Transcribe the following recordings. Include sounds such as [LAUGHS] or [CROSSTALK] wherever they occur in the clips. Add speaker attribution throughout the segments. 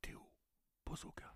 Speaker 1: Théo, Bozoka.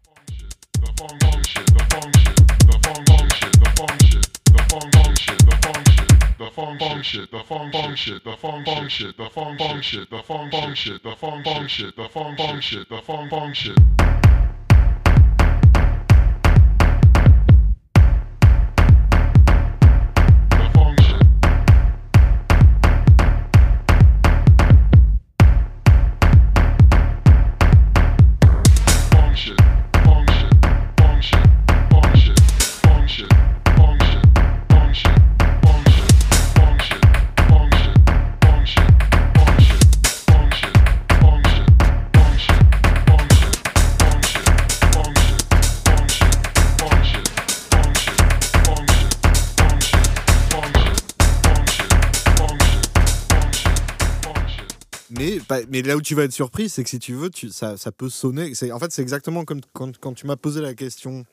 Speaker 1: Mais, bah, mais là où tu vas être surpris, c'est que si tu veux, tu, ça, ça peut sonner. C'est- En fait, c'est exactement comme quand, quand tu m'as posé la question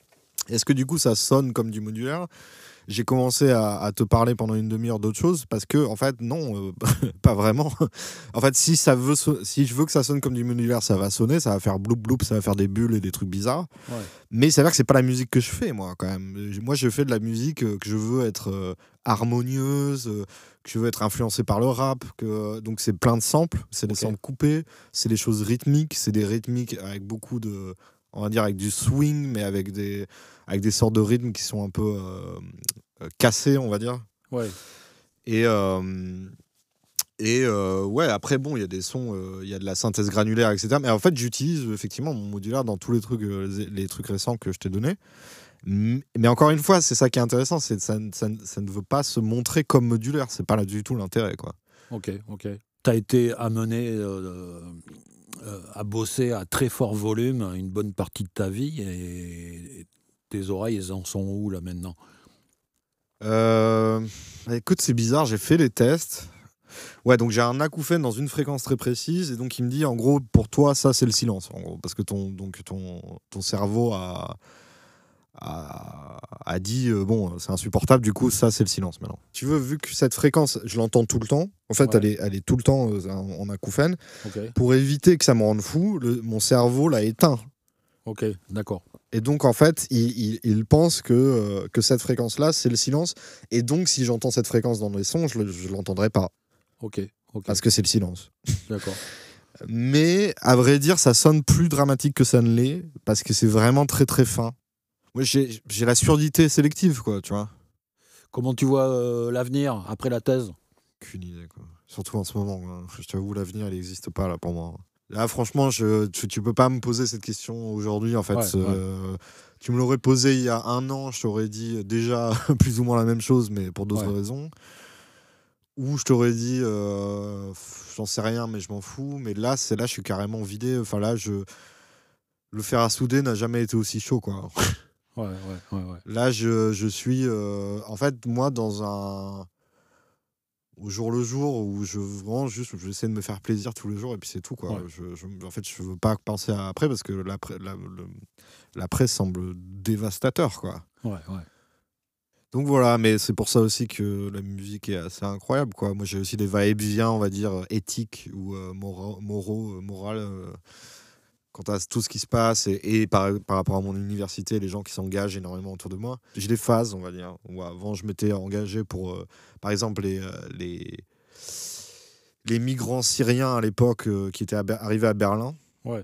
Speaker 1: est-ce que du coup ça sonne comme du modulaire J'ai commencé à, à te parler pendant une demi-heure d'autre chose parce que, en fait, non, euh, [LAUGHS] pas vraiment. En fait, si, ça veut, so- si je veux que ça sonne comme du modulaire, ça va sonner, ça va faire bloup bloup, ça va faire des bulles et des trucs bizarres.
Speaker 2: Ouais.
Speaker 1: Mais c'est vrai que c'est pas la musique que je fais, moi, quand même. Moi, je fais de la musique euh, que je veux être euh, harmonieuse, euh, que je veux être influencé par le rap. Que... Donc, c'est plein de samples, c'est des
Speaker 2: Ok.
Speaker 1: samples coupés, c'est des choses rythmiques, c'est des rythmiques avec beaucoup de. On va dire avec du swing, mais avec des, avec des sortes de rythmes qui sont un peu euh, euh, cassés, on va dire.
Speaker 2: Ouais.
Speaker 1: Et, euh, et euh, ouais, après, bon, il y a des sons, euh, il y a de la synthèse granulaire, etc. Mais en fait, j'utilise euh, effectivement mon modulaire dans tous les trucs, euh, les, les trucs récents que je t'ai donnés. M- Mais encore une fois, c'est ça qui est intéressant, c'est que ça, ne- ça ne- ça ne veut pas se montrer comme modulaire, c'est pas là du tout l'intérêt, quoi.
Speaker 2: Ok, ok. Tu as été amené euh, euh, à bosser à très fort volume une bonne partie de ta vie et, et tes oreilles, elles en sont où là maintenant
Speaker 1: Euh, écoute, c'est bizarre, j'ai fait les tests. Ouais, donc j'ai un acouphène dans une fréquence très précise, et donc il me dit, en gros, pour toi, ça c'est le silence, en gros, parce que ton, donc, ton, ton cerveau a, a, a dit, euh, bon, c'est insupportable, du coup, ça c'est le silence maintenant. Tu veux, vu que cette fréquence, je l'entends tout le temps, en fait,
Speaker 2: Ouais.
Speaker 1: elle, est, elle est tout le temps euh, en, en acouphène,
Speaker 2: Ok,
Speaker 1: pour éviter que ça me rende fou, le- mon cerveau l'a éteint.
Speaker 2: ok, d'accord.
Speaker 1: Et donc, en fait, il, il- il pense que, euh, que cette fréquence-là, c'est le silence. Et donc, si j'entends cette fréquence dans les sons, je ne l'entendrai pas,
Speaker 2: Ok, ok,
Speaker 1: parce que c'est le silence.
Speaker 2: d'accord.
Speaker 1: Mais, à vrai dire, ça sonne plus dramatique que ça ne l'est, parce que c'est vraiment très, très fin. Moi, j'ai j'ai la surdité sélective, quoi, tu vois.
Speaker 2: Comment tu vois euh, l'avenir après la thèse
Speaker 1: Aucune idée, quoi. Surtout en ce moment, quoi. je t'avoue, l'avenir, il n'existe pas, là, pour moi. Là, franchement, je, tu, tu peux pas me poser cette question aujourd'hui, en fait.
Speaker 2: Ouais,
Speaker 1: Euh, Tu me l'aurais posé il y a un an, je t'aurais dit euh, déjà [LAUGHS] plus ou moins la même chose, mais pour d'autres
Speaker 2: Ouais.
Speaker 1: raisons. Ou je t'aurais dit, euh, pff, j'en sais rien, mais je m'en fous. Mais là, c'est là, je suis carrément vidé. Enfin, là, je. Le fer à souder n'a jamais été aussi chaud, quoi.
Speaker 2: Ouais, ouais, ouais, ouais.
Speaker 1: Là, je, je suis. euh, en fait, moi, dans un. Au jour le jour où je vraiment juste je vais essayer de me faire plaisir tous les jours et puis c'est tout quoi.
Speaker 2: Ouais.
Speaker 1: Je, je- en fait, je veux pas penser à après parce que l'après la, le- l'après semble dévastateur quoi.
Speaker 2: ouais, ouais.
Speaker 1: Donc voilà, mais c'est pour ça aussi que la musique est assez incroyable quoi. Moi, j'ai aussi des va-et-vient, on va dire euh, éthiques ou euh, moraux, moraux, euh, morales, euh, quant à tout ce qui se passe et, et par, par rapport à mon université, les gens qui s'engagent énormément autour de moi. J'ai des phases, on va dire, où avant je m'étais engagé pour, euh, par exemple, les, euh, les, les migrants syriens à l'époque euh, qui étaient à Ber- arrivés à Berlin.
Speaker 2: Ouais.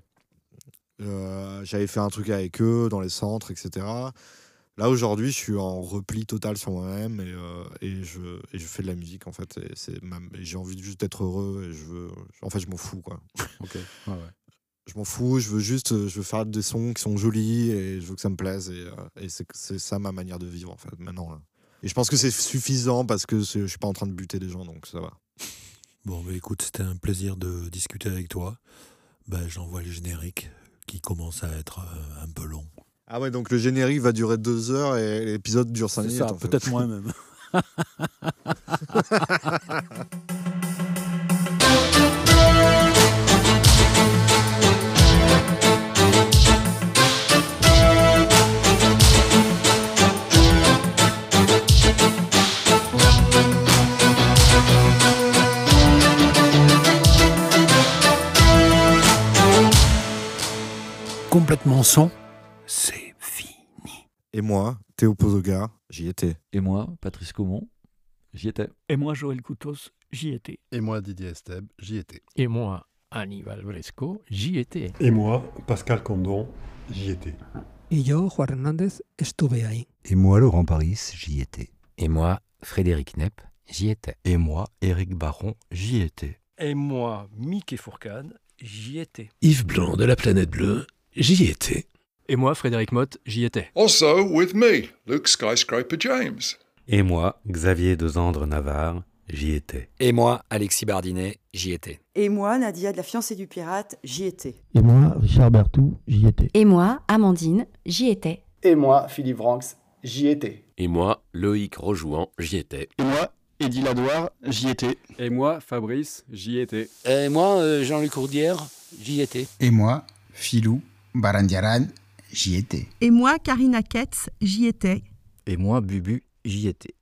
Speaker 1: Euh, J'avais fait un truc avec eux dans les centres, etc. Là aujourd'hui, je suis en repli total sur moi-même et, euh, et je, et je fais de la musique en fait. Et c'est ma- et J'ai envie juste d'être heureux et je veux. En fait, je m'en fous quoi
Speaker 2: Ok, ouais, ouais.
Speaker 1: je m'en fous, je veux juste euh, je veux faire des sons qui sont jolis et je veux que ça me plaise. Et, euh, et c'est c'est ça ma manière de vivre, en fait, maintenant. là. Et je pense que c'est suffisant parce que c'est- je suis pas en train de buter des gens, donc ça va.
Speaker 3: Bon, bah, écoute, c'était un plaisir de discuter avec toi. Bah, J'envoie le générique qui commence à être euh, un peu long.
Speaker 1: Ah ouais, donc le générique va durer deux heures et l'épisode dure cinq
Speaker 2: C'est
Speaker 1: minutes.
Speaker 2: ça,
Speaker 1: en fait.
Speaker 2: peut-être moi
Speaker 1: [LAUGHS]
Speaker 2: même. complètement son, c'est fini.
Speaker 1: Et moi, Théo Pozoga, j'y étais.
Speaker 4: Et moi, Patrice Caumont, j'y étais.
Speaker 5: Et moi, Joël Coutos, j'y étais.
Speaker 6: Et moi, Didier Esteb, j'y étais.
Speaker 7: Et moi, Aníbal Bresco, j'y étais.
Speaker 8: Et moi, Pascal Condon, j'y étais.
Speaker 9: Et yo, Juan Hernández, estuve ahí.
Speaker 10: Et moi, Laurent Paris, j'y étais.
Speaker 11: Et moi, Frédéric Nepp, j'y étais.
Speaker 12: Et moi, Éric Baron, j'y étais.
Speaker 13: Et moi, Mickey Fourcade, j'y étais.
Speaker 14: Yves Blanc de la planète bleue, j'y étais.
Speaker 15: Et moi, Frédéric Mott, j'y étais.
Speaker 16: Also with me, Luke Skyscraper James.
Speaker 17: Et moi, Xavier de Zandre Navarre, j'y étais.
Speaker 18: Et moi, Alexis Bardinet, j'y étais.
Speaker 19: Et moi, Nadia de la fiancée du pirate, j'y étais.
Speaker 20: Et moi, Richard Bertou, j'y étais.
Speaker 21: Et moi, Amandine, j'y étais.
Speaker 22: Et moi, Philippe Ranks, j'y étais.
Speaker 23: Et moi, Loïc Rejouan, j'y étais.
Speaker 24: Et moi, Eddie Ladoire, j'y étais.
Speaker 25: Et moi, Fabrice, j'y étais.
Speaker 26: Et moi, euh, Jean-Luc Courdière, j'y étais.
Speaker 27: Et moi, Philou Barandiaran, j'y étais.
Speaker 28: Et moi, Karina Ketz, j'y étais.
Speaker 29: Et moi, Bubu, j'y étais.